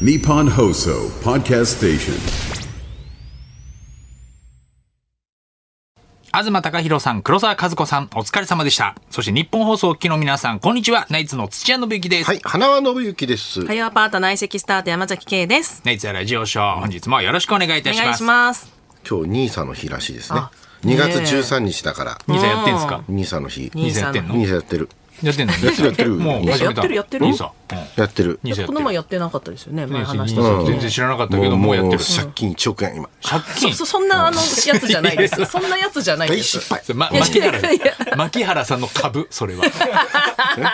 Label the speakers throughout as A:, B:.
A: Nippon Hoso Podcast Station.
B: 東貴博さん、黒沢和子さん、お疲れ様でした。そして日本放送をお聞きの皆さん、こんにちは。ナイツの土屋信之です。
C: はい、花輪信之です。
D: 火曜アパート内席スタート山崎圭です。
B: ナイツやラジオショー、本日もよろしくお願いい
D: お
B: たし
D: 願
B: ま
D: い
B: す。
D: します。
C: 今日ニーサの日らしいですね
D: あ。
C: 2月
D: ねえ
C: 13日だから。
B: 兄さんやってんすか
C: ニーサの日。
D: ニ
B: 兄
D: ー
B: さんや
D: サ
B: ってんの
C: ニーサやってる。
B: やってんの
C: やってる
B: もう始めた。
D: やってるやってる
B: 兄さん。うん
C: やってる。
B: 兄さんやってる
D: この前やってなかったですよね。前話し
B: 兄
D: た
B: さん
D: 時
B: 全
D: ね
B: 然知らなかったけど、もうやってる。
C: 借金1億円今。
B: 借金
D: そそんなあのやつじゃないです。そんなやつじゃないで
C: 大
D: す
C: 失。敗。
B: それま
D: いや
B: 牧原
D: いやいや
B: 牧原さんの株そ れは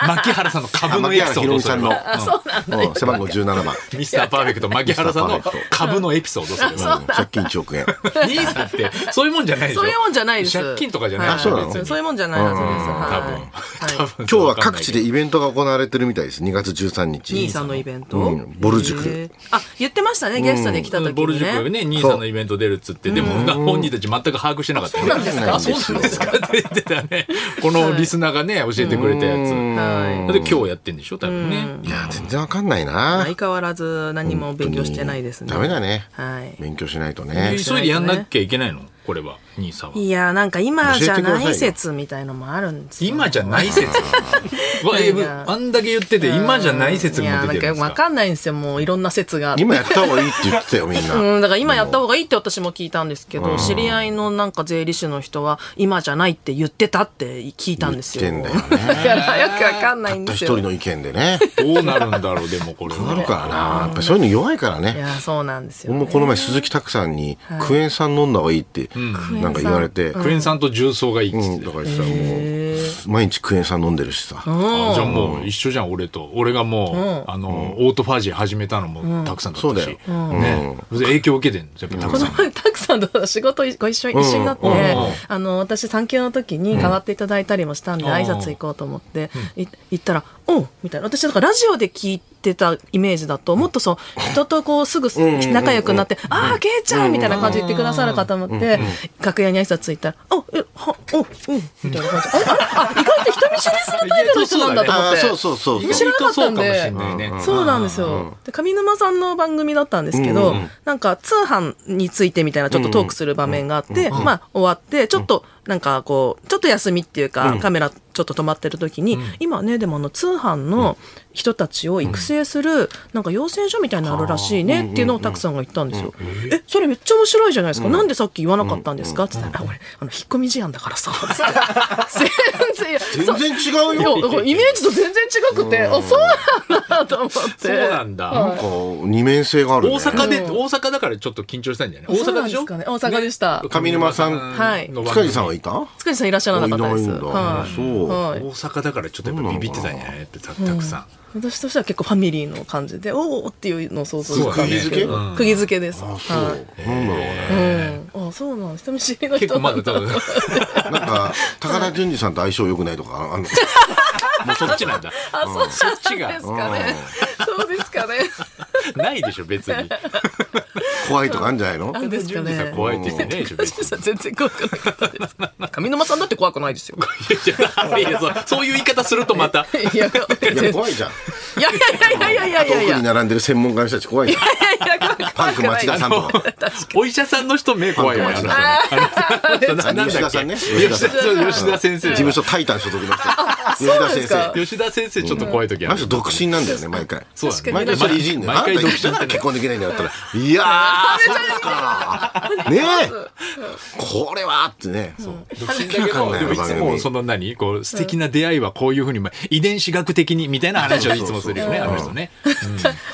B: 牧原さんの株のエピ
C: 原
B: ソ
C: ひ
B: ー
C: ろ
B: ド
C: み
B: そ
C: さ
B: れ
C: んの
B: は、
C: うん背番号17番。
B: うんミスターパーフェクト牧原さんの
C: ミスターパーフェクト
B: 株のエピソードそれは
C: うん借金1億円。
B: 兄さんってそういうもんじゃないでしょ
D: そういうもんじゃないです。
B: 借金とかじゃない
D: は
C: あそうなの
D: 別にそういうもんじゃないはずです。はいはい。
C: 今日は各地でイベントが行われてるみたいです。2月13日。
D: 兄さんのイベント、
C: うんボル塾
D: へーあ、言ってましたね。ゲストで来た時にね。
B: ボル塾ね兄さんのイベント出るっつってでも本人たち全く把握してなかったそうなん
C: ですか
B: そうなんですかって言ってたねこのリスナーがね教えてくれたやつ
D: は
B: で今日やってんでしょ多分ね
C: いや、全然わかんないな。
D: 相変わらず何も勉強してないですね。
C: ダメだね。
D: はい。
C: 勉強しないと
B: で
C: ね。
B: 急いでやんなきゃいけないのこれは兄さんはい
D: や、なんか今じ
C: 教
D: ゃな
C: えてくださいよ
D: い説みたいのもあるんですよ。
B: 今じゃない説わえ
D: なんか
B: あんだけ言ってて今じゃない説も出てるん
D: いや
B: で
D: なん
B: す
D: か
B: か
D: わかんないんですよ。もういろんな説があって。
C: 今やった方がいいって言ってたよ、みんな。
D: うん、だから今やった方がいいって私も聞いたんですけど、知り合いのなんか税理士の人は、今じゃないって言ってたって聞いたんですよ。
C: 言 ってんだよね。
D: だからよくわかんないんで
C: 一
D: す
C: 人
D: よ。い
C: の意見でね。
B: どうなるんだろうでもこれ
C: ある
B: は
C: からな。やっぱそういうの弱いからね。
D: や、そうなんですよ、
C: 俺も
D: ね。
C: この前鈴木拓さんに、クエン酸飲んだ方がいいって、なんか言われて、
B: クエン酸と重曹がいいっ
C: う
B: つっ
C: ん、
B: て
C: だからさ、もう、毎日クエン酸飲んでるしさ。
B: あじゃあもう一緒じゃん俺と俺がもう、あのオートファジー始めたのもたくさんだったし、
C: そうだよ
B: ね、で影響受けてるんですよやっぱたくさ
D: この
B: ん、
D: 前、たくさんと仕事 ご一緒一緒になって、
C: うんうん
B: うん
D: あの、私、産休の時に代わっていただいたりもしたんで、
B: うん
D: 挨拶行こうと思って、い行ったら、おうみたいな。私、だからラジオで聞いてたイメージだと、もっとそう、人とこう、すぐ仲良くなって、ああ、けいちゃんみたいな感じで言ってくださるかと思って、楽屋に挨拶行ったら、おえ、は、おうん、みたいな感じ。ああ、あ意外と人見知りするタイプの人なんだと思
C: あ
D: っ
C: あ、
D: て。
C: そうそうそう
B: 意
C: そ
B: 外
C: う。
B: とそうかもしれないね、
D: そうなんですよ。で上沼さんの番組だったんですけど、なんか通販についてみたいなちょっとトークする場面があって、まあ終わって、ちょっとなんかこう、ちょっと休みっていうか、カメラちょっと止まってる時に、今ね、でもあの通販の人たちを育成する、なんか養成所みたいなのあるらしいねっていうのをたくさんが言ったんですよ。え、それめっちゃ面白いじゃないですか。なんでさっき言わなかったんですかって言ったら、あ、俺、あの、引っ込み思案だから さ。全然、そ
C: 全
D: う
C: 然違うよ。
D: いやイメージと全然違くて、あ、そうなんだと思って。
B: そうなんだ、
C: なんか、二面性があるね。
B: 大阪で、大阪だからちょっと緊張したんじゃない大
D: そ
B: 阪
D: うなん
B: でしょ
D: すかね大阪でした
B: ね
C: 上沼さん
D: はい
B: の番
C: 塚
B: 組
C: 地さんはいた
D: つくじさんいらっしゃらなかったです。
C: あいないんだ
D: は
C: あそう
D: はい
B: 大阪だからちょっとやっぱビビってたんじゃないってたたくさん、
D: 私としては結構ファミリーの感じで、おおっていうのを想像してたんですけ
C: そう
D: ど、
C: だ
B: ね
D: 釘付けです。
C: あ、そう。
D: はい
C: なんだろうね。
D: うん、あ、そうなん人見知りの
B: 結
D: 人
B: 構ま
D: な
B: だ
D: ん
B: 多
D: だ。
B: 分
C: なんか、高田純次さんと相性良くないとか、あの、
B: もうそっちなんだ
D: あ、そうなんです
B: そっちが
D: かね。そうですかね。
B: ないでしょ別に
C: 怖いとかあるんじゃないの
D: なんですか
B: 純次さん
D: ね。
B: 怖いって言ってないでしょ 別に
D: さん全然怖くなかったです。上沼さんだって怖くないですよ。
B: いや いやいやそうそういう言い方するとまた
D: いや、い
C: いや、怖いじゃん。
D: やいやいやいやい
C: 遠
D: やい
C: く
D: や
C: に。並んでる専門家の人たち怖いじゃん。パンク町田 さんとか。
B: お医者さんの人目怖いよね
C: パンク
B: あ
C: 町田さ
B: の
C: ん。
B: ななん
C: 吉
B: だ
C: 田
B: っけ
C: さんね。
B: 吉田さん吉田先
C: 事
B: 生
C: 務所タイタン所属の人。吉田先
D: すか
C: 生。
B: 吉田先生ちょっと怖い時
C: あ
B: あ
C: の
B: る
C: 人独身なんだよね、毎回。
B: そうだね
C: 毎回それいじんのよ。
B: 毎
C: あん
B: 回
C: た
B: 独
C: いつ
B: 身
C: だから結婚できないんだよって言ったら、いや ー、そうですか。ねえ。これはってね。
B: 独身だけどでもいつもその何こう素敵な出会いはこういうふうにまあ遺伝子学的にみたいな話をいつもするよねあの人ね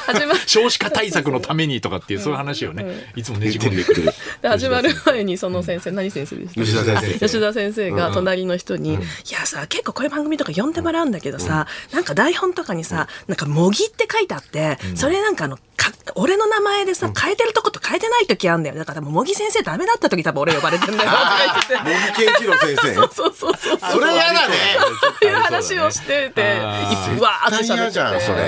D: 始ま
B: 少子化対策のためにとかっていうそういう話をねいつもねじ込んでく る
D: で始まる前にその先生、何先生でした
C: 吉田先生。
D: 吉田先生が隣の人に「いやさ結構こういう番組とか呼んでもらうんだけどさ、なんか台本とかにさ「なんか模擬」って書いてあって、それなんかあのか俺の名前でさ変えてるとこと変えてない時あんだよね。だから、茂木先生ダメだった時多分俺呼ばれ てんだよ。とか言ってて
C: 茂木健一郎先生。
D: そうそうそうそう。
C: それ嫌だね。
D: っていう話をしてて、いっわーって喋っ
C: 絶対嫌じ
D: ちゃ
C: ゃ
D: っ
C: ん
D: て。
C: それ
D: は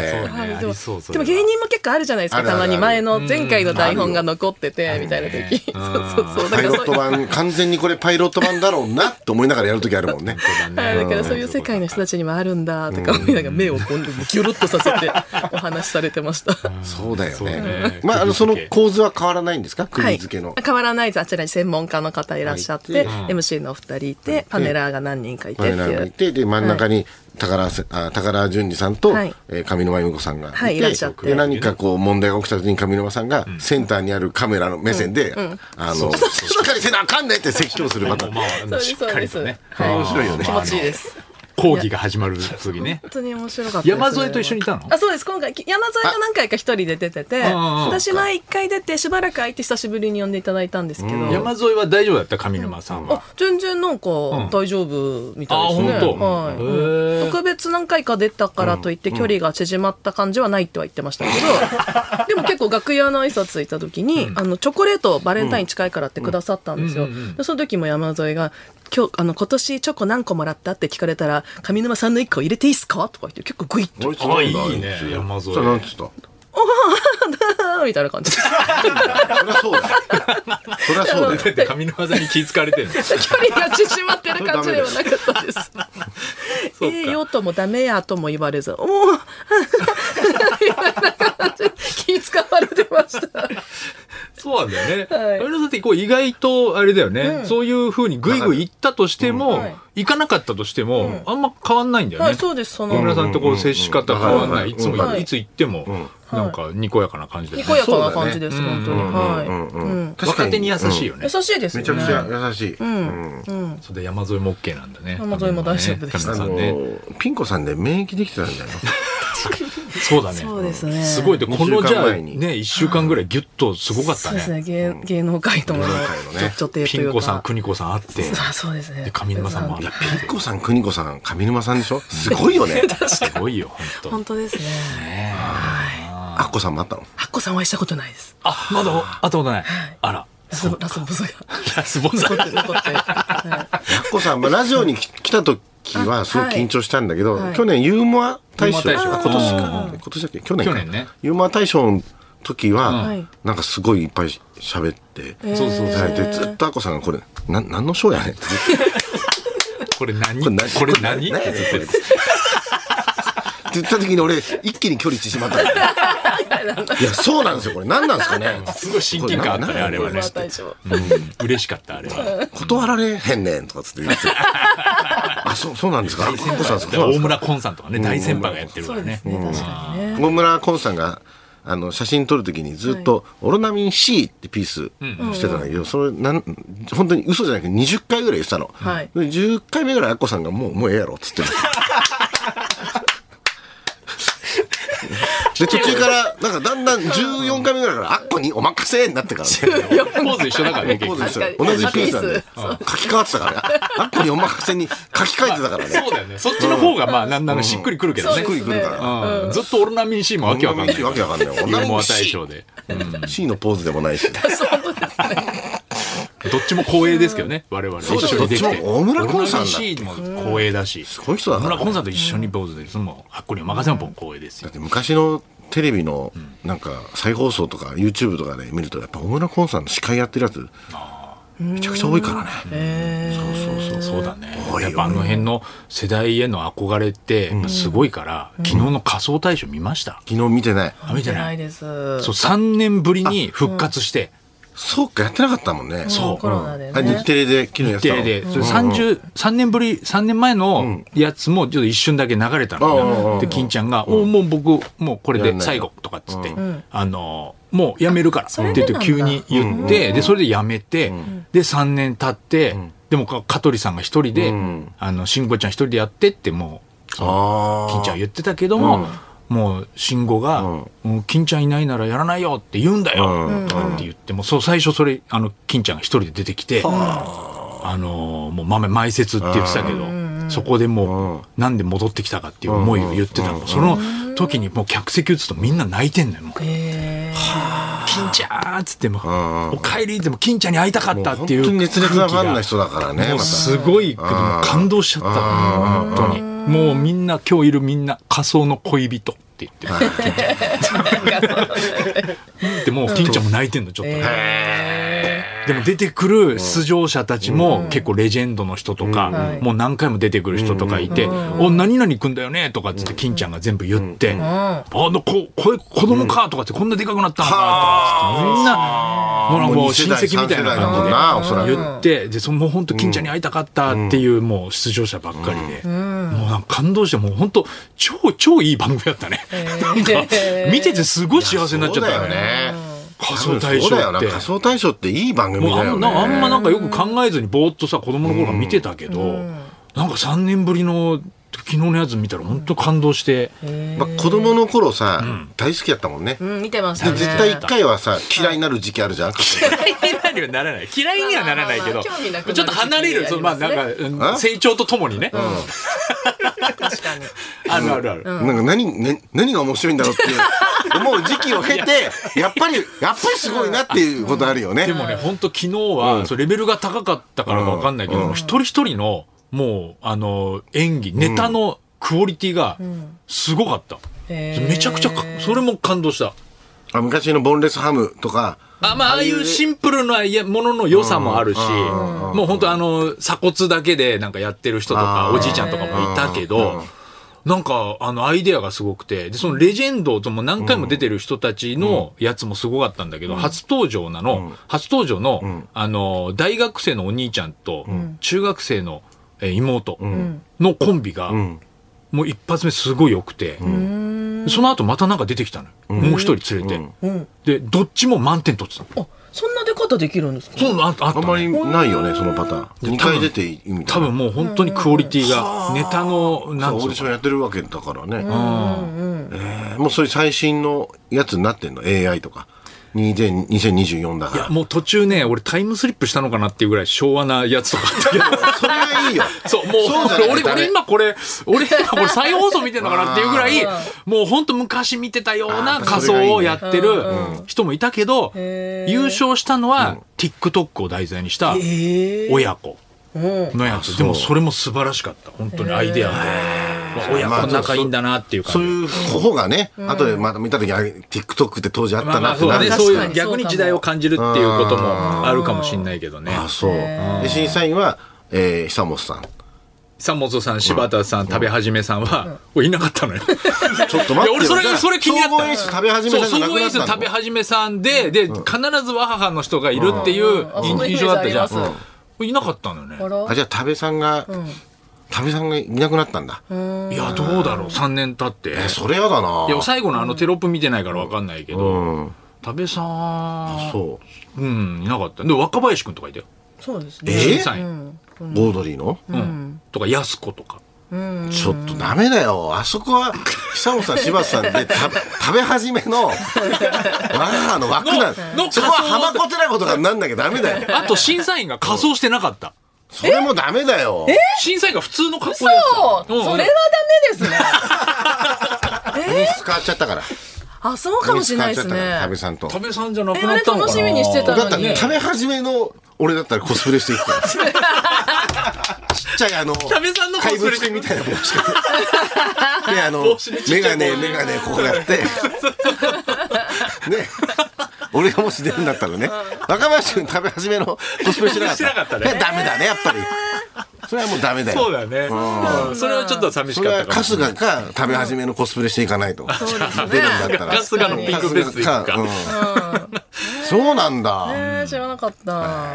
D: い
B: あ
D: でも
B: りそうそ
D: で
B: れ
D: も
B: は
D: 芸人も結構あるじゃないです
C: あ
D: か。
C: るある
D: たまに
C: ある
D: 前の前回の台本が残ってて、みたいな時。そうそうそう。だ
C: パイ
D: か
C: ロ
D: ら
C: ット
D: そう。
C: 版、完全にこれパイロット版だろうなって思いながらやるときあるもんね。
D: はい、だからそういう世界の人たちにもあるんだとか思いながら目をこんでギョロッとさせ てお話しされてました。
C: そうだよ
B: そう
C: ね
B: ね。
C: まあ、あの、その構図は変わらないんですか
D: は
C: 国
D: い、
C: 付けの。
D: 変わらないですあちらに専門家の方いらっしゃって、MC のお二人いて、パネラーが何人かいて
C: パ
D: って
C: ネラーが
D: い。
C: いうて、で、真ん中に宝せ、あ宝淳二さんと、
D: はい
C: えー上沼恵美子さんが
D: はい
C: い、
D: いらっしゃってて
C: で何かこう問題が起きた時に上沼さんが、センターにあるカメラの目線で、あの、しっかりせなあかんねって説教するパターン。
B: まあ、しっ
D: そう
B: か
D: で
B: り
D: す、そ
B: と
D: うで
B: ね
D: す。。はい
C: 面白いよね
D: 気持ちいいです。
B: 講義が始まる次ね。
D: 本当に面白かったです
B: 山添と一緒にいたの
D: あそうです今回き山添が何回か一人で出てて
B: あああ
D: 私前一回出てしばらく空いて久しぶりに呼んでいただいたんですけど、
B: 山沿いは大丈夫だった上沼さんは
D: あ。全然なんか大丈夫みたいですね、
B: あ本当
D: はい
B: へー
D: 特別何回か出たからといって距離が縮まった感じはないっては言ってましたけど、 でも結構楽屋の挨拶行った時に、あのチョコレートをバレンタイン近いからってくださったんですよ、でその時も山添が今日あの今年チョコ何個もらったって聞かれたら上沼さんの1個入れていいっすかとか言って結構グイッと
B: あ、いいね、山
C: それなん
B: 添。
C: つった
D: あー みたいな感じで
C: そりゃそうだ。そり ゃそうだよ。
B: で上沼さんに気づかれてるの。
D: 距離が縮まってる感じではなかったです ええよともダメやとも言われ ずおお気使われてました
B: そうなんだよね。
D: はい
B: あれだってこう意外とあれだよね、そういう風にグイグイ行ったとしても、
D: はい
B: 行かなかったとしても、あんま変わんないんだよね。
D: はいそうですその
B: 野村さんとこう接し方変わんない。
C: うん
B: いつも、、
D: はいい
B: つ行っても、なんかにこやかな感じだよ
D: に
B: ね。
D: こやかな感じです、
B: そうだね
D: 本当に、はい、うん
B: 若手に優しいよね。
D: 優しいですよ
C: め
D: ね
C: ちゃくちゃ優しい。
B: それで山沿いも OK なんだね。
D: 山添も大丈夫でした
B: 神田
C: あ
B: さ
C: の
B: んね。
C: ピン子さんで免疫できてたんじゃないの
B: そうだね。
D: そうですね
B: すごい。で、この
C: 二
B: じ
C: 週間
B: ゃあ、
C: 前に
B: ね、一週間ぐらいギュッとすごかっ
D: そ
B: た
D: うです
B: ね。
D: ね芸芸能界ともの
C: 芸能界のね
D: 女帝と
B: ピ
D: い
B: ン
D: うか
B: 子さん、邦子さんあって、
D: あそうですね
B: で上沼さんもあっ
C: い
B: て
C: や、。ピン子さん、邦子さん、上沼さんでしょすごいよ ね。
B: すごいよ、本当
D: 本当ですね
C: アッコさんもあったの
D: アッコさんお会いしたことないです
B: あ、まだ会ったことない。あら。
D: ラスボラスボスが
B: ラスボス。
D: 残って 残って、はい、
C: アッコさん、まあ、ラジオに来来た時はすごい緊張したんだけど、
D: あはい
C: 去年ユーモア大賞、
B: ユーモア
C: あ
B: 大賞
C: 今年か
B: う
C: な。
B: ん
C: 今年だっけ去年か。
B: 去年ね
C: ユーモア大賞の時は、
D: はい
C: なんかすごいいっぱい喋って、
B: そうそう
C: されて、ずっとアッコさんがこれ、な、何の賞やねんってずっと
B: これ何
C: これ何
B: これ何ってずっと言ってた
C: って言った時に俺、一気に距離縮 まったの。いや、そうなんですよ、これ。何なんですかね。
B: すごい親近感あったね、あれはね
D: ラ。スボス大賞
B: うん嬉しかった、あれは。
C: 断られへんねんとかつって言って。 あ、そう、そうなんですか。アッコさんですか。そうなんで
B: 大
C: すか
B: 村昆さんとかね、大先輩がやってるか
D: そ
B: ら
D: うで
B: ね
D: す。ね確かにね
C: 大村コンさんがあの写真撮るときにずっと「オロナミン C」ってピースしてたんだけど、それなん本当に嘘じゃなくて20回ぐらい言ってたの、
D: はい
C: で10回目ぐらいアッコさんがもう「もうええやろ」っつってるで途中からなんかだんだん14回目ぐらいから「アッコにお任せ」になってからね
B: ポーズ一緒だからね、
C: ポ
B: 結
C: ーズ
B: 局。
C: 一緒
D: 確か
C: 同
D: に
C: じピースなんで書き換わってたからね「アッコにお任せ」に書き換えてたからね
B: そうだよね。そっちの方が、まあ、なんならしっくりくるけど
D: そ
B: ね
D: う。
C: くりくるか
D: です
C: ら。
B: うんずっとオルナミン C もわけわかんない。
C: わけわかんない。
B: ユーモア大賞で。
C: C のポーズで もないし。
B: どっちも光栄ですけどね、我々。
C: うだ
B: 一緒にでき。
C: どってちも大村コンさんだ
B: オルナミン C も光栄だし。す
C: ごい人だ
B: 大
C: な
B: 村コンさんと一緒に坊主で、その、はっこりお任せも光栄です
C: だ
B: よ
C: っ。て昔のテレビのなんか再放送とか YouTube とかで見るとやっぱ大村コンさんの司会やってるやつめちゃくちゃ多いからね。そうそうそうそう。
B: そうだね
C: 多い。
B: や
C: よ
B: っぱあの辺の世代への憧れって、やっぱすごいから、昨日の仮想大賞見ました。
C: 昨日見てない。
B: あ見てな
D: ない
B: い。
D: です
B: そう、3年ぶりに復活して、
C: そうかやってなかったもんね。
B: そう
D: コロナで
C: あ
D: ね
C: 日テレで昨日やって
B: 日
C: た
B: 程
C: の。
B: で、それ30 3年ぶり、3年前のやつもちょっと一瞬だけ流れた
C: うん
B: のね。で、金ちゃんが、おもう僕、もうこれで最後とかっつって、あの、もうやめるからって
D: れ
B: 言っ
D: で
B: て
D: なんだ
B: 急に言って、で、それでやめて、で、3年経って、でもか香取さんが一人で
C: ん、
B: あの、慎吾ちゃん一人でやってって、もう、その
C: ああ。
B: 金ちゃん言ってたけども、もう慎吾が、もう金ちゃんいないならやらないよって言うんだよ、
C: うん
B: とかって言ってもうそう最初それあの金ちゃんが一人で出てきて、あのーもう豆埋設って言ってたけど、そこでもう、なんで戻ってきたかっていう思いを言ってたの、その時にもう客席打つとみんな泣いてんのよもう
D: えー
B: 金ちゃんっつっても
C: ん、
B: お帰りでも金ちゃんに会いたかった
C: 本
B: って
C: 当
B: いう
C: に熱烈なファンな人
B: だ
C: だからね、また。
B: すごい、もう感動しちゃった。本当に。もうみんな、今日いるみんな、仮想の恋人って言って、金ちゃ ん。でもう金ちゃんも泣いてんの、ちょっとね。でも出てくる出場者たちも結構レジェンドの人とか、もう何回も出てくる人とかいて、お、何々くんだよねとかっつって、金ちゃんが全部言って、あの、こ、これ子供かとかってこんなでかくなったのかとかっつって、みんな、もうもう親戚みたいな
C: もう二世代三世代だもんなお
B: 感
C: そら
B: じ
C: く
B: で言って、で、そのもう本当金ちゃんに会いたかったっていうもう出場者ばっかりで、もうなんか感動して、もう本当超、超いい番組だったね。なんか、見ててすごい幸せになっちゃった
C: そう
B: よ
C: だよ
B: ね。
C: ね。
B: 仮想大賞
C: そうだよ
B: っ
C: な。
B: て。
C: 仮想大賞っていい番組
B: もう
C: だ
B: あ
C: よ
B: ん
C: ね。
B: なあんまなんかよく考えずにぼーっとさ子供の頃から見てたけど、なんか3年ぶりの昨日のやつ見たら本当感動して、
C: まあ子供の頃さ、大好きだったもんね。
D: うん、見てまし
C: で
D: たね。
C: 絶対一回はさ、嫌いになる時期あ るじゃん。
B: 嫌いにはならない嫌いにはならないけど
D: まあまあまあ興味なくなる
B: ちょっと離れる
D: 時期
B: そうまあ
D: ありますね
B: なんか、うん
C: あ
B: 成長とともにね、
D: 確かに。
B: あるあるある、
C: なんか何、ね、何が面白いんだろうって いう思う時期を経て、やっぱり、やっぱりすごいなっていうことあるよね。
B: でもね、本当昨日は、そうレベルが高かったからかわかんないけど、もう一人一人の、もう、あの、演技、ネタのクオリティが、すごかった。
D: へー
B: めちゃくちゃか、それも感動した。
C: あ昔のボンレスハムとか、
B: あまあ、ああいうシンプルなやものの良さもあるし、もう本当あの、鎖骨だけでなんかやってる人とか、
C: あー
B: おじいちゃんとかもいたけど、なんか、あの、アイデアがすごくて、で、そのレジェンドとも何回も出てる人たちのやつもすごかったんだけど、初登場なの、初登場の、あの、大学生のお兄ちゃんと、中学生のえー妹のコンビが、もう一発目すごい良くて、その後またなんか出てきたのよ。もう一人連れて。で、どっちも満点取ってたの。
D: あ、そんな出方できるんですか
B: そうああった
C: あんまりないよね、そのパターン。2回出ていいみた
B: 多
C: いな。
B: 分もう本当にクオリティが、ネタの、な
C: さ
B: ん
C: オー
B: つう
C: ディ
B: の
C: ションやってるわけだからね。えーもうそういう最新のやつになってんの ?AI とか。2000 2024だ
B: い
C: か
B: や、
C: ら。
B: もう途中ね、俺タイムスリップしたのかなっていうぐらい昭和なやつとかあったけ ど。
C: それがいいよ。
B: そう、もう、
C: そうじゃない
B: 俺、
C: ダメ
B: 俺今これ、俺今これ再放送見てんのかなっていうぐらい、もうほんと昔見てたような
C: あー
B: 仮
C: それがいい
B: 装を
C: ね
B: やってる人もいたけど、
D: へー
B: 優勝したのは TikTok を題材にした親子のやつ。でもそれも素晴らしかった。本当にアイデアで。まあ親子仲いいんだなっていう感じ。
C: そういう方がね、後でまた見た時、あ TikTok って当時あっ
B: まあ
C: た
B: ま
C: な
B: あ
C: って
B: そう
C: な
B: だ
C: る
B: ね、
C: じゃん
B: そういう逆
D: 確かに
B: に時代を感じるっていうこともあるかもしれないけどね。
C: あそう。で、審査員は、えー、久 本さん。
B: さんもぞさん、柴田さん、食べはじめさんは、俺いなかったのよ。
C: ちょっと
B: いや
C: 待ってよ。
B: 俺それがそれ気になった
C: 総合演出食べ 始
B: そ
C: め
B: う、
C: たんじゃ
B: 総
C: な
B: 合
C: くな
B: 演
C: っ
B: 出
C: たの
B: 食べはじめさんで、で、必ずわははの人がいるっていう
D: うん
B: 印象だったじゃ
D: うん
B: ん。いなかったのよね。
C: あ、じゃあ食べさんが、食べさんがいなくなったんだ。
B: いや、どうだろう、3年経って。
C: え、それやだない
B: や、最後のあのテロップ見てないからわかんないけど、
C: うん。
B: 多部さん、
C: そ
B: うん、いなかった。で、若林くんとかいたよ。
D: そうです
C: え
D: ね。
B: 審査員。
C: う。オードリーの
B: うん。とか、やす子とか。
C: ちょっとダメだよ。あそこは、久本さん、柴田さんで、 た食べ始めの、わあの枠なん
B: のの
C: そこは浜こてなことがなんなきゃダメだよ。
B: あと、審査員が仮装してなかった。
C: それもダメだよ。
B: 審査員が普通の格好でやってた
D: そう
B: うん
D: それはダメですね。
C: 演出変わっちゃったから。
D: あ、そうかもしれないです
C: 演出変わっちゃったから多
D: ね
C: 部。さんと。
B: 多
C: だ
B: 部さんじゃなく
D: え、
B: な
D: あ
B: っ
D: れ
B: たのかな
D: 楽しみにしてた
C: った
D: の
C: ら、
D: に。
C: 食べ始めの、俺だったらコスプレしてい くから。ちっちゃいあの、食
B: べさんのコス
C: 怪
B: プレ
C: 物君みたいな帽子か。で、あの
B: 帽子にちっ、ちゃ
C: メ
B: い帽子
C: ガネ、メガネ、ここや って。ね。俺がもし出るんだったらね、若林君食べ始めのコスプレしなかっ
B: して
C: た。
B: なかったね
C: いやダメだね、やっぱり。それはもうダメだよ。
B: そうだね。うんそれはちょっと寂し
C: そ
B: か
C: れ
B: っ
C: は
B: たかも。
C: 春日か食べ始めのコスプレしていかないと出るんだったら
B: 春日のピンクフェス行くか
C: 春日うんそうなんだ
D: えー知らなかった。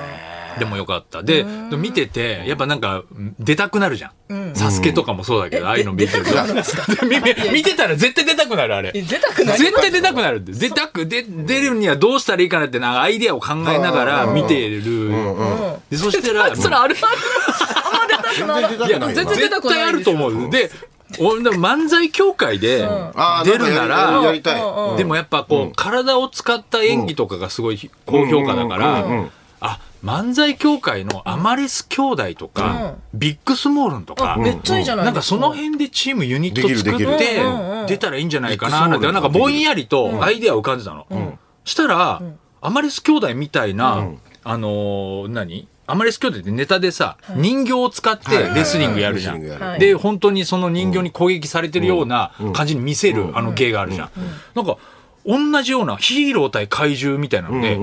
B: でもよかった。で、でも見てて、やっぱなんか、うん出たくなるじゃん。サスケとかもそうだけど、ああいうの見てると。
D: 出たくなるんです
B: 見見見てたら絶対出たくなる、あれ。
D: え出たくない
B: 絶対出たくなるって。出たく、で出るにはどうしたらいいかなって、なんかアイデアを考えながら見てる。で、そしたら、
D: それ あるあるあんま出たくない。
C: 全然出たくないよ
D: 全
C: な
D: 然出た
B: 絶
D: くない
B: 対あると思う。で、俺でも漫才協会で
C: あー
B: 出るなら
C: んかやり、やりたい
B: でもやっぱこう、体を使った演技とかがすごい高評価だから、あ漫才協会のアマレス兄弟とか、ビッグスモールンとか、
D: あめっちゃいいじゃない
B: な
D: で
B: ん
D: す
B: かその辺でチームユニット作っ
C: できるでき
B: て出たらいいんじゃないかななんて
C: う
B: なんんかぼんやりとアイデア浮かんでたの。したら、アマレス兄弟みたいな、あのー何アマレス兄弟ってネタでさ、人形を使ってレスリングやるじゃ
C: はい
B: ん。
C: はい
D: はい
B: で、本当にその人形に攻撃されてるような感じに見せる、あの芸があるじゃん。なんか、同じようなヒーロー対怪獣みたいなので、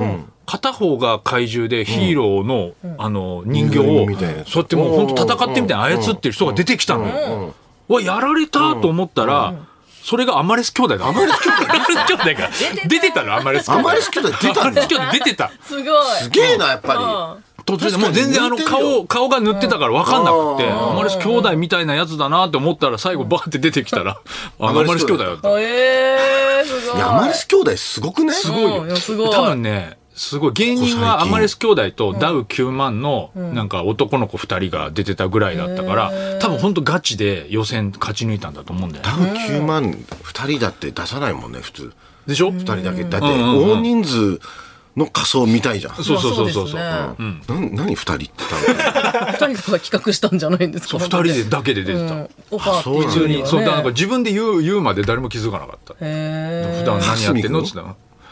B: 片方が怪獣でヒーローの、あの、人形を
C: 人形みたいなや、つ
B: そうやってもう本当戦ってみたいな操ってる人が出てきたのよ。わ、やられたと思ったら、それがアマレス兄弟だ。アマレス兄弟が出てたの、アマレス兄
C: あ
B: 弟。
C: まり好きだ出
B: ア
C: た
B: マ
C: ん
B: レス
C: だ
B: 兄弟出てた。
D: すごい。
C: すげえなやっぱ
D: うん
B: 途中で
C: 確
B: も
C: か
B: う
C: に
B: 全然あの
C: 塗ってるよ
B: 顔顔が塗ってたから分かんなくて、
C: うん
B: アマレス兄弟みたいなやつだなって思ったら最後バーって出てきたら、あのアマ
C: アマ
B: レ
C: レ
B: ス
C: ス
B: 兄
C: 兄
B: 弟
C: 弟
B: だ
C: だ
B: っ。
C: った
D: ええすご
C: り
D: い。
C: いやアマレス兄弟すごくね
B: すごいよ。
D: うんすごい
B: 多分ね、すごい。芸人はアマレス兄弟とダウ9万のなんか男の子2人が出てたぐらいだったから、多分本当ガチで予選勝ち抜いたんだと思うんだよね。
C: 多分9万2人だって出さないもんね普通
B: でしょ
C: 2人だけだって
B: うんうんうん
C: 大人数の仮装みたいじゃん
B: そうそうそうそうそう。
D: まあ
C: なん何2人って 多分
D: そうですね二人が企画したんじゃないんですか。
B: 2人でだけで出て
D: う
B: た
D: ん。オファーっていう
C: あ
B: 普通に、そう、だからなんか
D: ね。
B: 自分で言う、言うまで誰も気づかなかった。
D: へ
B: 普段何やってんのっ
C: 蓮見君
B: つったの。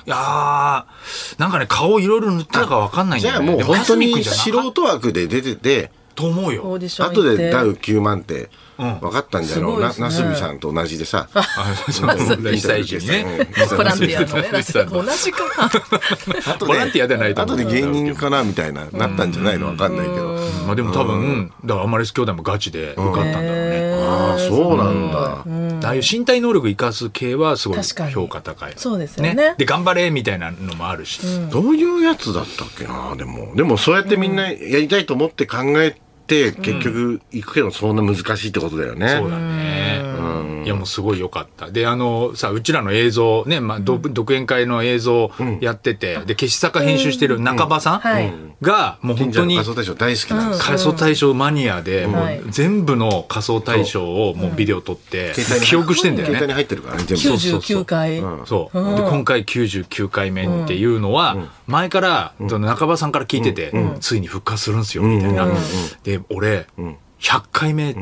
B: いやー、なんかね、顔いろいろ塗ってたかわかんないん
C: じ
B: だ
C: ゃ
B: よ
C: あ
B: ね。
C: もう
B: でも
C: 本当
B: 蓮
C: に
B: 見君じゃな
C: 素人枠で出てて
B: と思う
D: オー
B: よ。
D: ディション行
C: 後
D: って
C: でダウ9万って
B: うん
C: 分かったんじゃろうな
D: す
C: な
D: ごいです
C: す
D: ね
C: びさんと同じ でさ
B: あそう被災地にね。
D: ボランティアのね、
B: そうそうそう
D: 同じか。
C: 後
B: ボランティアではないと思
C: 後
B: う
C: で芸人かなみたいななったんじゃないの分かんないけど
B: まあでも多分、だからアマレス兄弟もガチで受かったんだろうね。
C: ああそうなんだ
B: ああいう身体能力生かす系はすごい
D: 確かに
B: 評価高い。
D: そうですよね
B: で、頑張れみたいなのもあるし。
C: どういうやつだったっけなでもでもそうやってみんなやりたいと思って考えて結局行くけどそんな難しいってことだよね、
B: そうだね。いや、もうすごい良かった。で、あの、さ、うちらの映像、ね、まあ、独独演会の映像やってて、で、消し坂編集してる中場さ
D: うんはい
B: んが、もう本
C: 神社
B: 当
C: の
B: に
C: 仮装大賞大好きなんですよ、
B: 仮想大賞マニアで、もう
D: はい
B: 全部の仮想大賞をもうビデオ撮って
C: 携帯、に
B: 記憶してんだよ
C: 携
B: ね。
C: 帯に入ってるからね全部
B: う
D: 九
B: そうそう
D: 十九回。
B: そう。で、今回99回目っていうのは、前から、その中場さんから聞いてて、ついに復活するんですよ、みたいな。で、俺、100回目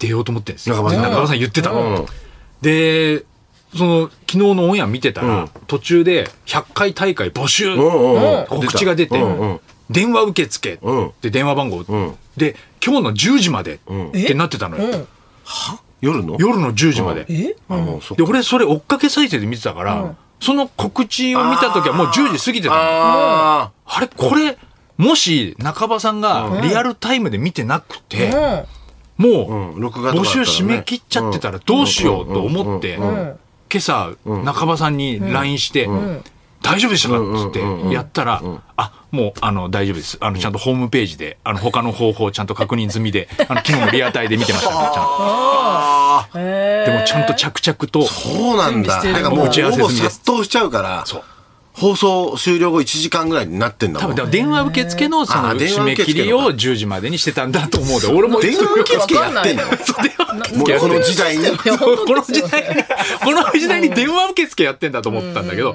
B: 出ようと思ってんですよ。
C: 中場さん
B: 中場さん言ってた
C: う
B: の
C: ん。
B: で、その、昨日のオンエア見てたら、途中で、100回大会募集
C: うんうん
B: 告知が出て、電話受付
C: うん
B: で電話番号
C: ん
B: で今日の10時までってなってたのよ
C: 夜の
B: 夜の10時までで
D: え
C: あもうそっか
B: 俺それ追っかけ再生で見てたからその告知を見た時はもう10時過ぎてたの
C: あ
B: あれこれもし中場さんがリアルタイムで見てなくて
D: うん。
B: もう
C: うん録画と
B: 募
C: かだった
B: 集
C: らね
B: 締め切っちゃってたらどうしようと思って今朝中場さんに LINE して大丈夫でしたかっつってやったら、あ、もう、あの、大丈夫です。あの、ちゃんとホームページで、あの、他の方法をちゃんと確認済み で、あの、昨日もリアタイで見てましたから、ちゃ
C: ああ
B: んと。でも、ちゃんと着々と、
C: そうなんだ
D: 準備してる
C: だからもう
B: 打ち合わせ済
C: 応募
B: みです
C: 殺到しちゃうから
B: そう
C: 放送終了後1時間ぐらいになってんだ
B: 多分、
C: もん
B: でも電話受付の、その、
C: あ電
B: 締
C: 話
B: め
C: 受付
B: 切りを10時までにしてたんだと思うで、俺も、
C: 電話受付やってんの
D: わ
B: そう電話受付や
C: もう
B: って
C: こ
B: る
C: の時代に
B: この時代に、この時代に電話受付やってんだと思ったんだけど、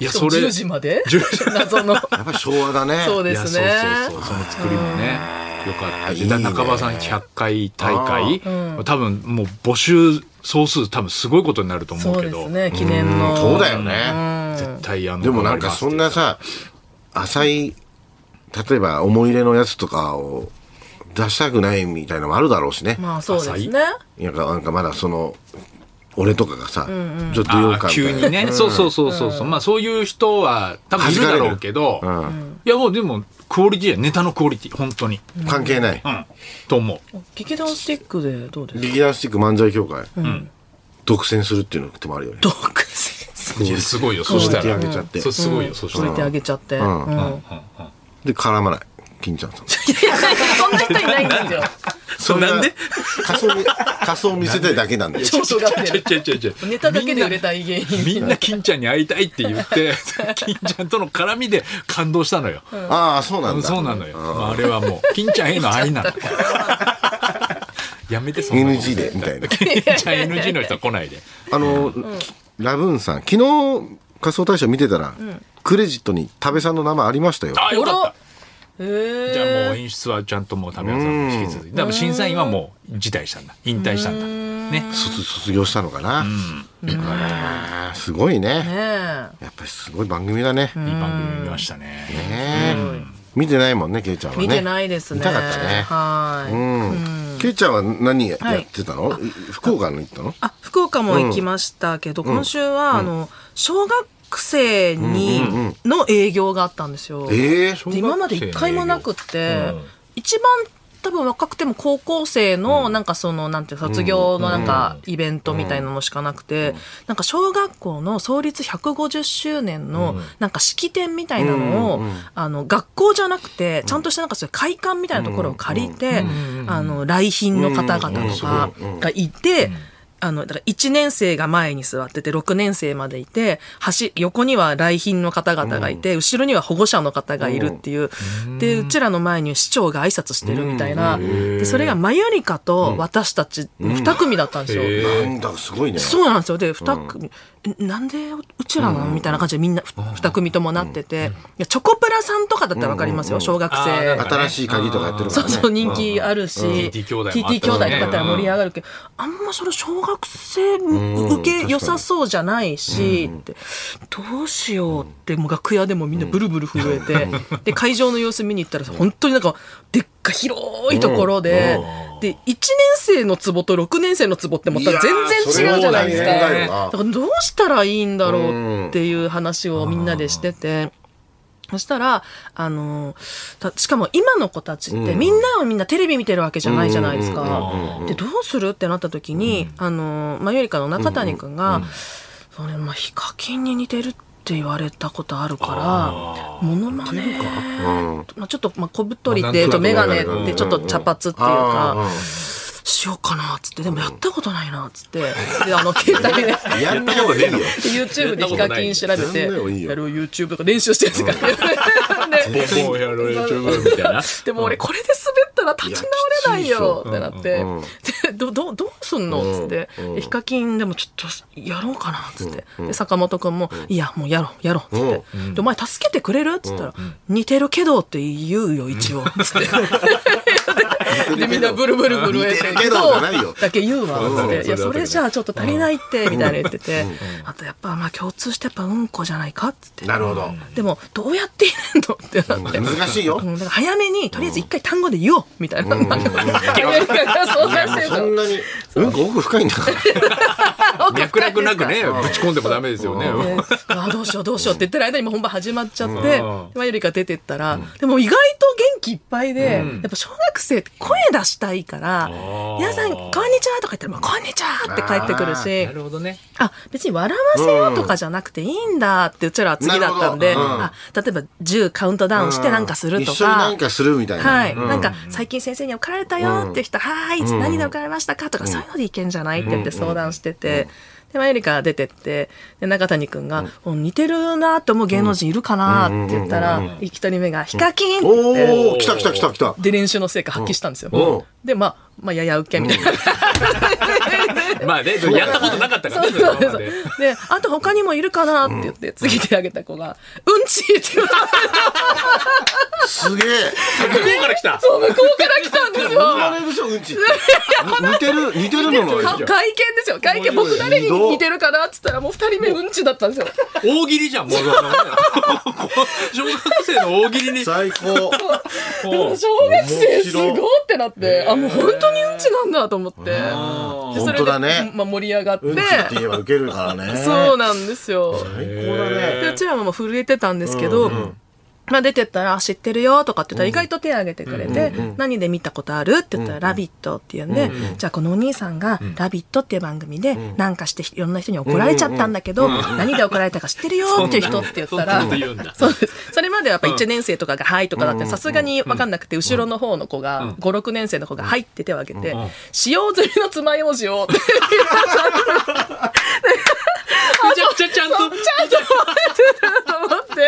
B: いや、それ、
D: 10時まで
B: 10時
D: 謎の。
C: やっぱり昭和だね。
D: そう
B: い
D: で
B: や
D: すね。
B: そうそうそうその作りもねよかったし
C: いいね
B: 中場さん100回大会多分もう募集総数多分すごいことになると思
D: そう
B: うけ
D: で
B: ど
D: すね、記念の。
C: そうだよね。
B: 絶対あの
C: でもなんかそんなさ、浅い、例えば思い入れのやつとかを出したくないみたいなのもあるだろうしね。
D: まあそうですね。
C: なんかなんかまだその、俺とかがさ、ちょっとよう
B: あ
C: か
B: ー
C: みた
B: 急
C: いな
B: に。ね、そうそうそうそうそう、まあそういう人は多分いるだろうけど、
C: うん
B: いやもうでもクオリティやネタのクオリティ本当に、
C: 関係ない。
B: うん、と思う
D: 劇団スティックでどうですか
C: 劇団スティック漫才協会、独占するっていうのってもあるよね。
D: 独占
B: いやすごいよそ
C: 置
B: し
C: い
B: た
C: てあ
B: ら
C: げちゃって。
B: そうすごいよそした
D: 置い
B: ら
D: てあげちゃって。うんん。いや
C: で、絡まない。金ちゃんさん。
D: そんな人いないんですよ。
C: それは
B: なんで
C: 仮装に、仮装を見せたいだけ なんだよ。
D: 長所があって。
B: ちょちょちょちょ
D: ネタだけで売れたい芸 人。
B: みんな金ちゃんに会いたいって言って、金ちゃんとの絡みで感動したのよ。
C: ああ、そうなんだ。
B: そうなのよ。まああれはもう、金ちゃんへの愛なの。やめて、そんなこと
C: NG で、みたいな。
B: 金ちゃん NG の人は来ないで。
C: あの、ラブーンさん、昨日仮装大賞見てたら、クレジットに多部さんの名前ありましたよ。
B: あ、よかっ
D: へ
B: た。じゃあ
D: え。
B: もう演出はちゃんともう、田部さんに引き続いて。だから審査員はもう辞退したんだ。引退したんだ。ね。
C: 卒卒業したのかな、あーすごいね
D: ね
C: やっぱりすごい番組だね、
B: いい番組見ましたね。
C: ね見てないもんねけいちゃん
D: え
C: はね
D: 見てないですね。
C: 見たかったね
D: はい。
C: うんけいちゃんは何やってたの、福岡の行ったの
D: あ、福岡も行きましたけど、今週は、あの、小学生に、の営業があったんですよ。
C: ええー、
D: で今まで一回もなくって、
B: うん
D: 一番多分若くても高校生のなんかそのなんていうの卒業のなんかイベントみたいなのしかなくて、なんか小学校の創立150周年のなんか式典みたいなのを、あの学校じゃなくてちゃんとしたなんかそういう会館みたいなところを借りて、あの来賓の方々とかがいて。あの、だから1年生が前に座ってて、6年生までいて、端、横には来賓の方々がいて、後ろには保護者の方がいるっていう、で、うちらの前に市長が挨拶してるみたいな、で、それがマユリカと私たち2組だったんですよ。
B: へえ
C: なんだすごいね
D: そうなんですよ。で、2組、えなんでうちらなのみたいな感じでみんな2組ともなってて、いやチョコプラさんとかだったらわかりますよ、小学
B: あーなんか
D: 生。
B: ね
C: 新しい鍵とかやってるか
D: そ
C: ら
D: う
C: ね
D: そう、人気あるし、
B: TT 兄弟もあったしね
D: TT 兄弟とかだったら盛り上がるけど、あんまそれ小学生受け良さそうじゃないし、ってどうしようって、もう楽屋でもみんなブルブル震えて、で、会場の様子見に行ったらさ、本当になんか、でっか広いところで、で、1年生の壺と6年生の壺ってまた全然違うじゃないですか。
C: いやーそれは大変だ
D: だ
C: よな
D: からどうしたらいいんだろうっていう話をみんなでしてて、そしたら、あのたしかも今の子たちって、みんなはみんなテレビ見てるわけじゃないじゃないですか。で、どうするってなった時に、あのマユリカの中谷くんが、それ、まあ、ヒカキンに似てるって言われたことあるから、モノマネ、まあ、ちょっと、まあ、小太りで、
B: まあ
D: と眼
B: なんとなく
D: 鏡で、ちょっと茶髪っていう
C: あ
D: か、しようかな、つって、でもやったことないな、つって、で、あの、携帯で。
C: ーやった方がいいよ
D: YouTube でヒカキン調べ
C: やった
D: て、
C: ことないよ
D: やる YouTube とか練習してるんですからね で
B: ボンやろやちょぼみたいな。
D: でも俺これで滑ったら立ち直れないよってなって、でど どどうすんのっつって、でヒカキンでもちょっとやろうかなっつって、で坂本君も「いやもうやろうやろう」っつって、で「お前助けてくれる?」っつったら、似てるけど」って言うよ一応っつってでみんなブルブル震えて
C: 似てるけどじゃないよ
D: だけ言うわっつって「いや
B: そ
D: そ
B: れ
D: れじゃあちょっと足りないって」みたいな言っててあとやっぱまあ共通してやっぱうんこじゃないかっつって
C: なるほど
D: でもどうやって入れんのってなって。
C: 難しいよ
D: うんだから早めにとりあえず一回単語で言おうみたいな、早いから相談してる
C: そんなにうんこ奥深いんだから
B: 脈絡なくね、ぶち込んでもダメですよね。
D: ねあどうしようどうしようって言ってる間にもう本番始まっちゃって、で
B: ん
D: まゆりか出てったら、でも意外と元気いっぱいで、やっぱ小学生って声出したいから
B: ー
D: 「皆さんこんにちは」とか言ったら「まあ、こんにちは」って帰ってくる し
B: なるほどね。
D: あ別に笑わせようとかじゃなくていいんだってうちらは次だったん
C: な
D: で、
C: るほどうん
D: あ例えば10カウントダウンしてなんかするとか。
C: 一緒に何かするみたいな、
D: はい、
C: うん
D: なんか最近先生に怒られたよっていう人、はーい、何で怒られましたかとか、そういうのでいけんじゃないって言って相談してて、で、まゆりか出てって、で、中谷くんが、お似てるなと思う芸能人いるかなって言ったら、一人目が、ヒカキンって言って
C: おお来た来た来た来た
D: で、練習の成果発揮したんです
C: うん
D: よ。で、まあ、まあ、やや受けみたいな。
B: まあね、やったことなかったから
D: そう
B: ね、
D: そう
B: それ
D: そ
B: ま
D: う
B: で。
D: で、あと他にもいるかなって言って、次手挙げた子が、うんちって言った。
C: すげえ
B: 向こうから来た。
D: 向こうから来たんですよ。
C: あれでしょうんちって似てる似てるのもいいじゃ
D: か
C: ん
D: 会見ですよ会見僕誰に似てるかなっつったらもう二人目うんちだったんですよ
B: 大喜利じゃん、もうそ の。小学生の大喜利に。
C: 最高
D: でも小学生すごってなってあもう本当にうんちなんだと思ってでそ
C: 本
D: れ
C: 当
D: で
C: だね
D: まあ、盛り上がって、
C: うんちって言えばウケるからね
D: そうなんですよ
C: 最高だね
D: でうちらももう震えてたんですけど、まあ出てったら、あ知ってるよとかって言ったら、意外と手挙げてくれて、何で見たことあるって言ったら、ラビットっていうんで、じゃあこのお兄さんが、ラビットっていう番組で、なんかしていろんな人に怒られちゃったんだけど、何で怒られたか知ってるよっていう人って言ったら、
B: そんなこと言うんだ
D: そうです。それまではやっぱ1年生とかが、はいとかだって、さすがに分かんなくて、後ろの方の子が、5、6年生の子が、はいって手を挙げて、使用済みの爪楊枝をって、
B: めちゃくちゃちゃんと。
D: ちゃんと覚えてると思って、本当に教育上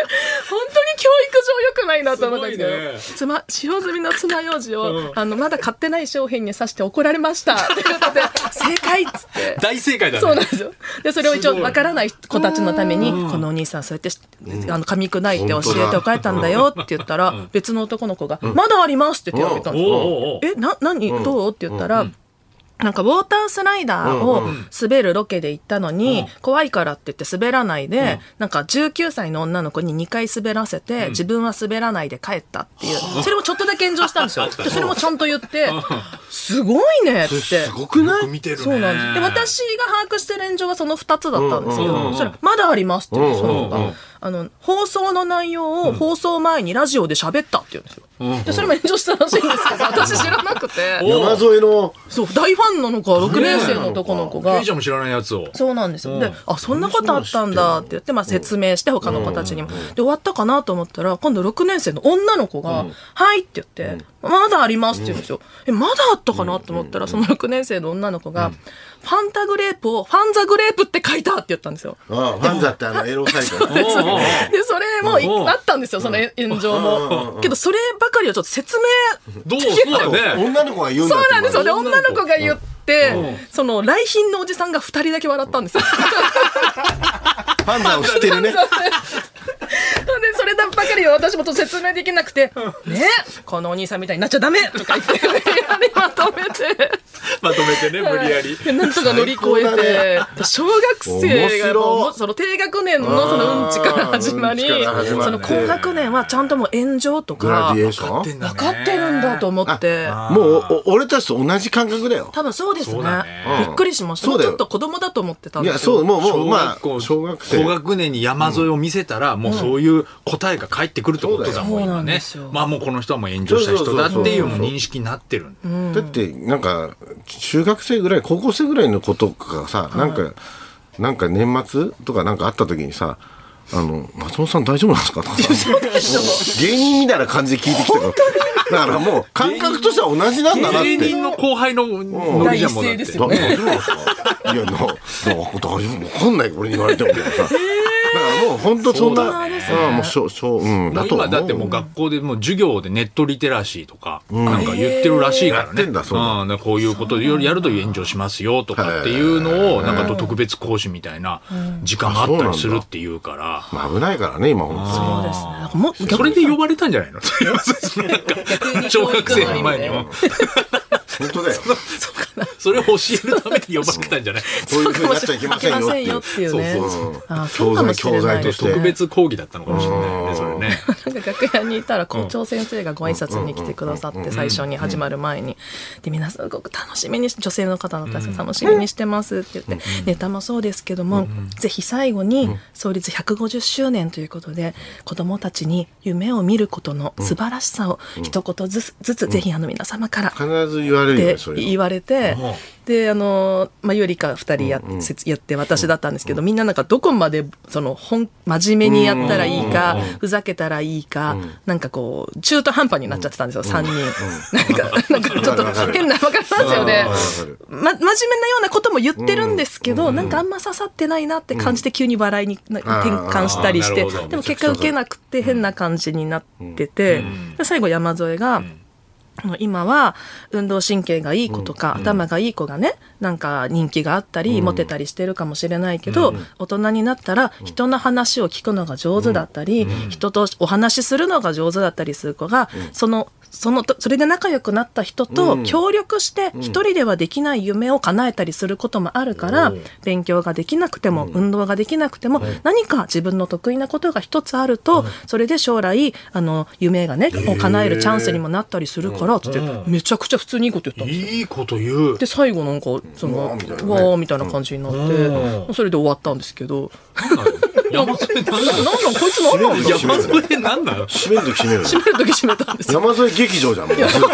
D: 良くないなと思ったんですけど、つま、使用済みの爪楊枝を、あの、まだ買ってない商品に刺して怒られましたって言って、正解っつって。
B: 大正解だ
D: そうな
B: ね
D: ん。ですよ。で、それを一
B: すご
D: 応
B: い
D: わからない子たちのために、このお兄さんそうやってし、あの、噛み砕いて教
C: 本当
D: え
C: だ
D: て怒られたんだよって言ったら、別の男の子が、まだありますって手を挙げたん
B: お
D: ですよ。
B: おおお。
D: え、な、何、どうって言ったら、なんかウォータースライダーを滑るロケで行ったのに、怖いからって言って滑らないで、なんか19歳の女の子に2回滑らせて、自分は滑らないで帰ったっていう、それもちょっとだけ炎上したんです よ。でそれもちゃんと言って、すごいねっつって。
C: すごくない
B: 見てるね。
D: そうなんです。で、私が把握してる炎上はその2つだったんですけ
B: うんうんうんう
D: ど、
B: ん
D: それまだありますって言うんですよその子
B: うんうんう
D: が
B: ん。
D: あの、放送の内容を放送前にラジオで喋ったって言うんですよ。で、それも炎上したらしいんです けど、私知らなくて。
C: 山添の
D: そう、大ファンなのか、6年生の男の子が
B: ケイち。ゃんも知らないやつを。
D: そうなんです
B: う
D: よ。
B: ん
D: で、あ、そんなことあったんだって言って、まあ説明して他の子たちにも。で、終わったかなと思ったら、今度6年生の女の子が、はいって言って、まだありますって言うんですよ。え、まだあったかなと思ったら、その6年生の女の子が、ファンタグレープを、ファンザグレープって書いたって言ったんで すよ。
C: あファンザってあのエロサイトね
B: おうおうおう
D: で、それもい
B: うん
D: あったんですよ、その炎上も。けど、そればかりはちょっと説明
B: どうそうだ ね。
C: 女の子が言うん
D: そ
C: だっ
D: う
C: て
D: なんですよ。で、
B: 女の子
D: 女の子が言って
B: うん、
D: その、来賓のおじさんが二人だけ笑ったんですよ。
C: ファンザを知ってるね
D: で、それだばかりは私もちょっと説明できなくて、ねこのお兄さんみたいになっちゃダメとか言って、無理やりまとめて、
B: まとめてね、無理やり。
D: でなんとか乗り越え
C: 最高だ
D: て、小学生
C: 面
D: が
C: 白
D: もう、その低学年のそのうんちから始まり、
C: あーうんちから始まって
D: その高学年はちゃんともう炎上と
C: グラ
D: か
C: ディ、エーション
D: 分かってるんだと思って。
C: もうお俺たちと同じ感覚だよ
D: 多分そうです
B: そう
D: ね
B: だね
D: びっくりしました。
C: そ
D: も
C: う
D: う
C: だ
D: ち
C: よ
D: ょっと子供だと思ってたん
C: い
D: で
C: や
D: すよ
C: そうもうも
B: 小
C: うま
B: 学
C: あ
B: 校、
C: 小学生
B: 高学年に山添を見せたら、もうそういう答えが返ってくるってことだもん、
D: そうだよ
B: 今
D: そうなんで
B: ね
D: すよ。
B: まあもうこの人はもう炎上した人だっていうもう認識になってるんだ。
C: だってなんか中学生ぐらい高校生ぐらいの子とかがさ、なんかなんか年末とかなんかあった時にさあの松本さん大丈夫なんですかとかさ芸人みたいな感じで聞いてきたからだからもう感覚としては同じなんだなって
B: 芸人の後輩のノリじゃんもうだっ
D: 第一声です
B: て
D: よ。
C: だ大丈夫なんですかいやなな大丈夫わかんない俺に言われてもみたいなさだからもう本当そんな
B: そうだね
C: ああもうしょしょうんだと思
B: 今
C: う
B: だってもう学校でもう授業でネットリテラシーとか、なんか言ってるらしいから
C: やっ
B: ね。
C: てんだそうだ
B: んだからこういうことよりやると炎上しますよとかっていうのを、なんかと特別講師みたいな時間があったりするっていうから。
C: まあ危ないからね今本当に
D: そうですね。なんかもう
B: それで呼ばれたんじゃないのなんか小学生の前にも。
C: 本当だよ
B: それを教えるために呼ばれたんじゃない
C: そういうふうになっちゃいけませんよっていう。
D: いけませんよっていうね
C: そうそう
D: あそうかもしれない
C: 教材教材として。
B: 特別講義だったのかもしれないね、それね。
D: なんか楽屋にいたら校長先生がご挨拶に来てくださって最初に始まる前に「で皆さんすごく楽しみにし女性の方だったんですけど楽しみにしてます」って言ってネタもそうですけどもぜひ最後に創立150周年ということで子どもたちに夢を見ることの素晴らしさを一言ずつずつぜひあの皆様から
C: 必ず言われるよね、そ
D: って
C: れ。
D: 言われて
B: うん、
D: で、あの、まあ、ゆりか二人やっ,、やって私だったんですけど、みんななんかどこまで、その、本、真面目にやったらいいか、ふざけたらいいか、なんかこう、中途半端になっちゃってたんですよ、三人。なんか、なんかちょっ
C: わか
D: と
C: る
D: 変な、わかりますよね。
C: うん
D: ま、真面目なようなことも言ってるんですけど、なんかあんま刺さってないなって感じて急に笑いにな
C: あー
D: 転換したりして
B: なるほど、
D: でも結果受けなくて変な感じになってて、で最後山添が、あの今は運動神経がいい子とか、頭がいい子がねなんか人気があったり、モテたりしてるかもしれないけど、大人になったら人の話を聞くのが上手だったり、人とお話しするのが上手だったりする子が、そのそのとそれで仲良くなった人と協力して一人ではできない夢を叶えたりすることもあるから、勉強ができなくても運動ができなくても、何か自分の得意なことが一つあると、それで将来あの夢がねを叶えるチャンスにもなったりするからつってめちゃくちゃ普通にいいこと言ったんですよ。
B: いいこと言う。
D: で最後なんかそのわーみたいな感じになっ
B: う
D: てそれで終わったんですけど
B: 山添何
D: な
B: な
D: なん
B: の
D: なんこいつなんな
B: 山添何
D: んだ
B: なの
C: 閉めるとき閉めるよね
D: 閉める時閉めたんですよ
C: 山添劇場じゃん、もうずっと。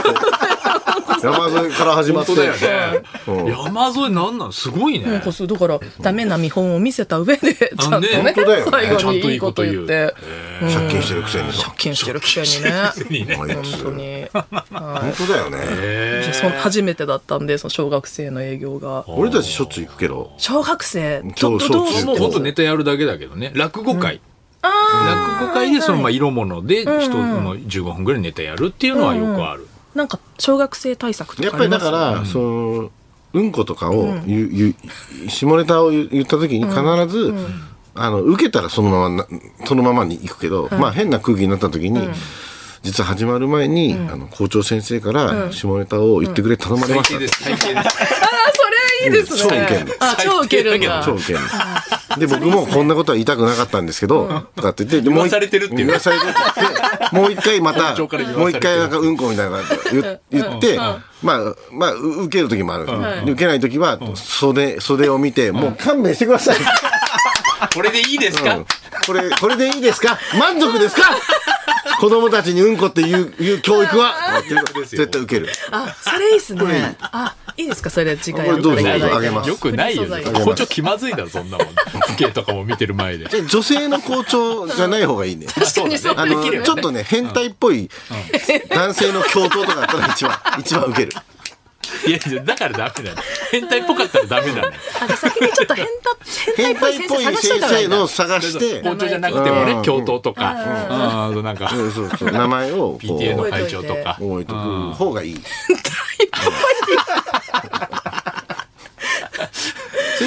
C: 山添から始ま
B: 本
C: って。
B: 当だよね。
C: うん
B: 山添何なのすごい
D: な
B: ね
D: ん。かそうだからダメな見本を見せた上でちゃんとね
B: あね
C: 本当だよね
D: 最後にいいこと言って
C: 借金してるくせにさ。
D: 借金してるくせにね
B: いいね
C: あいつ
D: 本当に
C: 本当だよね。
B: へ
D: その初めてだったんでその小学生の営業が
C: 俺たちしょっちゅう行くけど。
D: 小学生ち
C: そ
D: ょ
C: う
D: っとどう
C: そう
B: ー
D: し
B: もう
D: て
B: ほんと
D: も
B: ネタやるだけだけどね。落語会。
D: あー
B: 落語会でそのまあ色物で
D: んうん
B: 人の15分ぐらいネタやるっていうのはよくある。
D: なんか小学生対策と
C: やっ
D: かあ
C: ぱり
D: りま
C: だ
D: す
C: から、その、うんことかを言う、言う下ネタを言った時に必ず、あの、受けたらそのままな、そのままに行くけど、まあ変な空気になった時に、実は始まる前に、あの校長先生から下ネタを言ってくれ頼まれまし
B: 最
C: た、
B: 低です、最低です。
D: ああ、それいいですね。
C: うん超ウケる
D: あ、超ウケるんだ。
C: 超ウケるで僕もこんなことは言いたくなかったんですけど、とかって言ってでもう
B: 言わ
C: 一
B: されてるっていう
C: 言わされてるってでもう一回また
B: 校長から言わ
C: もう
B: されてる
C: 一回なんかうんこみたいなこと言言って、まあまあう受ける時もあるんですよ、で受けない時は袖袖を見て、もう勘弁してください、
B: これでいいですか、
C: うんこれこれでいいですか満足ですか子供たちにうんこっていういう教育は絶対受ける
D: あ、それいいですね。あ、いいですか、それ次回
C: これどうぞ
D: やっていただいて
C: あげます
B: よくないよ
D: フリー素材
B: 校長気まずいだろそんなもん父兄とかも見てる前 で
C: で女性の校長じゃない方がいいね
B: 確
D: かにそう
C: あ
D: で
C: の、
D: きるよね
C: ちょっとね、変態っぽい男性の教頭とかだったら一 番、一番受ける。
B: いやいやだからダメだよ変態っぽかったらダメだよ
D: あの先にちょっと変態
C: 変
D: 変態っぽい
C: 態っ
D: 先
C: ぽい先
D: 生探しといたらい
C: 生
D: いんだ
C: のを探して、
B: 校長じゃなくても
C: うん
B: ね教頭とかうんあとなんか
C: うんそうそう、名前をこ
B: PTA の
C: う、
B: 会長とか
C: 覚えておく方がいい。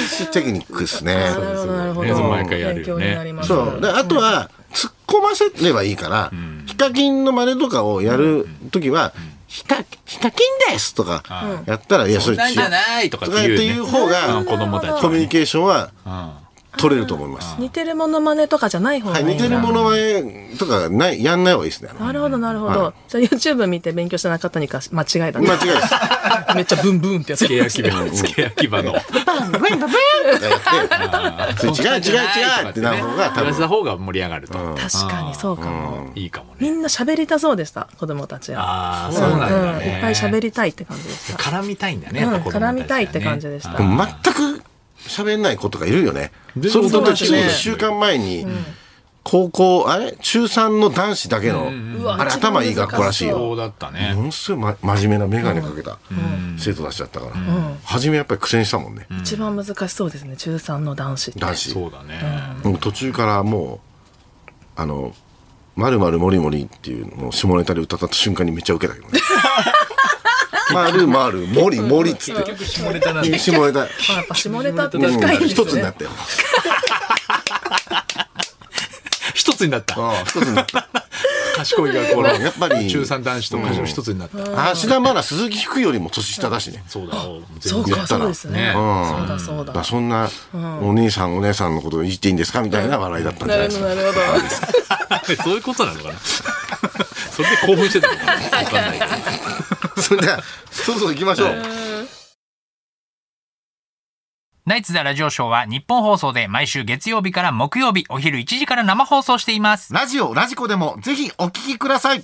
C: それテクニックですね
D: あ。なるほど、なるほ
B: ね
D: ど。
B: 毎回やる
D: 勉
B: よ
D: 強
B: ね
D: になります。
C: そう。で、あとは、突っ込ませればいいから、ヒカキンの真似とかをやるときは、ヒカ、ヒカキンですとか、やったら、いや、それ違う
B: なんじゃないとか
C: と
B: っ
C: かってて
B: い
C: いうう
B: ね
C: 方が
B: うん、子供たちはね
C: コミュニケーションは
B: うん
C: 取れると思います。
D: 似てるものまねとかじゃない方
C: は
D: が
C: い、
D: いい
C: 似てるものまねとかない、やんない方がいいですね。あの
D: なるほど、なるほど。
C: は
D: じゃあ YouTube 見て勉強してなかったにか間違いだね
C: 間。違いです。
D: めっちゃブンブンってやつ
B: つ。け焼き場のつけ焼き場の
C: やって、それ違う違う違うってなる方が多
B: 話し
C: 分、
B: た方が盛り上がると
D: 確かにそうかも。
B: いいかもね
D: みんな喋りたそうでした、子供たちは。
B: ああそうなんだ
D: うんい
B: ね
D: っぱい喋りたいって感じでした。
B: 絡みたいんだね
D: うん
B: やっぱ子供たちはね
D: 絡みたいって感じでした
B: あ
C: で
B: ー
C: も全く喋んない子とかいるよね。
B: で
C: それ
B: そう
C: と
B: だね
C: つい1週間前に、高校、あれ中3の男子だけの、
D: うわ
C: あれ頭いい学校らしいよ。
B: そうだったね
C: ものすごい、ま、真面目な眼鏡かけた生徒たちだったから、初めやっぱり苦戦したもんね、
D: 一番難しそうですね、中3の男子って。
C: 男子。
B: そうだね
C: もう途中からもう、あの、まるまるもりもりっていうのを下ネタで歌った瞬間にめっちゃウケたけどね。まるまるもりもりっつって
B: 結、局下ネタなんだ
C: 下ネタ、
D: あやっぱ下ネタって
C: う
D: 深いんで
C: ん
D: すね。
C: 一つになったよ。
B: 一つになった
C: うん一つになった。
B: 賢い学校の
C: やっぱり
B: 中3男子と賢い一つになった
C: 芦田愛菜、鈴木福よりも年下だしね。
B: そうだ
D: そう
C: 言
D: か、
C: った
D: そ
C: ら
D: うですね。
B: ね
D: そうだ、そう
C: だ
D: だ
C: から。そんな、お兄さんお姉さんのことを言っていいんですかみたいな笑いだったんじゃ
D: な
C: ない
D: る
C: で
D: ほ
C: すか。
D: ど、なるほど。
B: そういうことなのかな それで興奮してたのかなわかんないけど
C: それでは、そろそろ行きましょう。
E: ナイツザラジオショーは日本放送で毎週月曜日から木曜日お昼1時から生放送しています。
C: ラジオ、ラジコでもぜひお聞きください。